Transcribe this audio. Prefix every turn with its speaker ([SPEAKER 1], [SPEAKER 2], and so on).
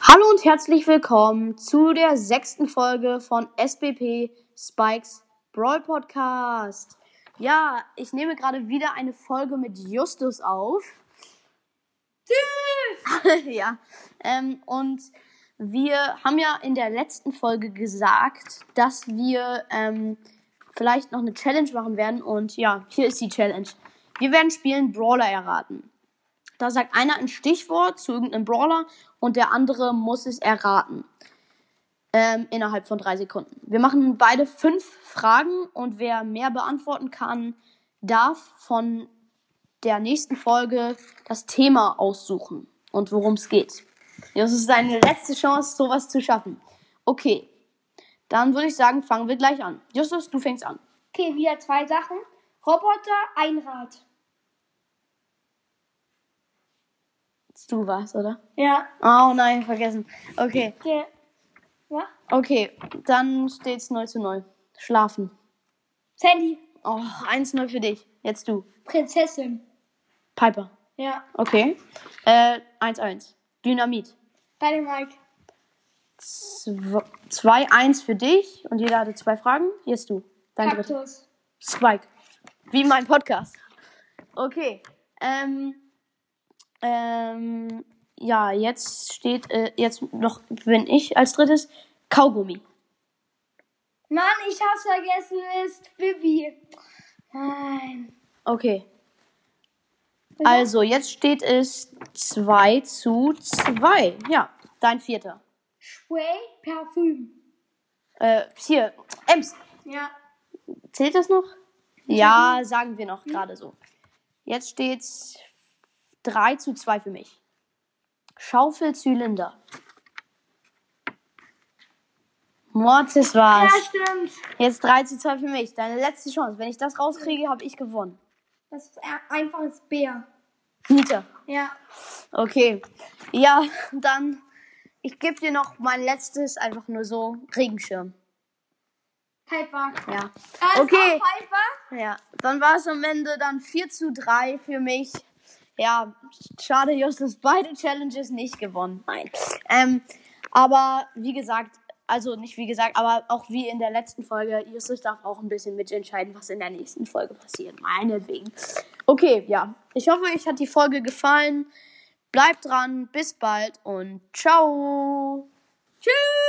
[SPEAKER 1] Hallo und herzlich willkommen zu der sechsten Folge von SBP Spikes Brawl Podcast. Ja, ich nehme gerade wieder eine Folge mit Justus auf. ja, ähm, und wir haben ja in der letzten Folge gesagt, dass wir ähm, vielleicht noch eine Challenge machen werden. Und ja, hier ist die Challenge. Wir werden spielen Brawler erraten. Da sagt einer ein Stichwort zu irgendeinem Brawler und der andere muss es erraten. Ähm, innerhalb von drei Sekunden. Wir machen beide fünf Fragen und wer mehr beantworten kann, darf von der nächsten Folge das Thema aussuchen und worum es geht. Das ist deine letzte Chance, sowas zu schaffen. Okay, dann würde ich sagen, fangen wir gleich an. Justus, du fängst an.
[SPEAKER 2] Okay, wieder zwei Sachen. Roboter, ein Rad.
[SPEAKER 1] Du warst, oder?
[SPEAKER 2] Ja.
[SPEAKER 1] Oh nein, vergessen. Okay.
[SPEAKER 2] Okay. Ja.
[SPEAKER 1] Okay, dann steht's 0 zu 0. Schlafen.
[SPEAKER 2] Sandy,
[SPEAKER 1] Oh, 1-0 für dich. Jetzt du.
[SPEAKER 2] Prinzessin.
[SPEAKER 1] Piper.
[SPEAKER 2] Ja.
[SPEAKER 1] Okay. Äh, 1-1. Dynamit.
[SPEAKER 2] Bei dem Mike.
[SPEAKER 1] Zw- 2-1 für dich und jeder hatte zwei Fragen. Jetzt du. Dein dritter.
[SPEAKER 2] Kaktus.
[SPEAKER 1] Spike. Wie mein Podcast. Okay. Ähm, ähm, ja, jetzt steht, äh, jetzt noch bin ich als drittes. Kaugummi.
[SPEAKER 2] Mann, ich hab's vergessen, ist Bibi. Nein.
[SPEAKER 1] Okay. Also, jetzt steht es 2 zu 2. Ja, dein vierter.
[SPEAKER 2] Spray, Parfüm.
[SPEAKER 1] Äh, hier, Ems,
[SPEAKER 2] Ja.
[SPEAKER 1] zählt das noch? Ja, sagen wir noch gerade so. Jetzt steht's 3 zu 2 für mich. Schaufelzylinder. Mortis
[SPEAKER 2] Ja,
[SPEAKER 1] war's.
[SPEAKER 2] stimmt.
[SPEAKER 1] Jetzt 3 zu 2 für mich. Deine letzte Chance. Wenn ich das rauskriege, habe ich gewonnen.
[SPEAKER 2] Das ist ein einfaches Bär.
[SPEAKER 1] Nita.
[SPEAKER 2] Ja.
[SPEAKER 1] Okay. Ja, dann. Ich gebe dir noch mein letztes, einfach nur so. Regenschirm.
[SPEAKER 2] Piper.
[SPEAKER 1] Ja.
[SPEAKER 2] Äh,
[SPEAKER 1] Okay.
[SPEAKER 2] ist auch Piper.
[SPEAKER 1] Ja. Dann war es am Ende dann 4 zu 3 für mich. Ja, schade, Justus, beide Challenges nicht gewonnen. Nein. Ähm, aber wie gesagt, also nicht wie gesagt, aber auch wie in der letzten Folge, Justus darf auch ein bisschen mitentscheiden, was in der nächsten Folge passiert. Meinetwegen. Okay, ja. Ich hoffe, euch hat die Folge gefallen. Bleibt dran, bis bald und ciao.
[SPEAKER 2] Tschüss.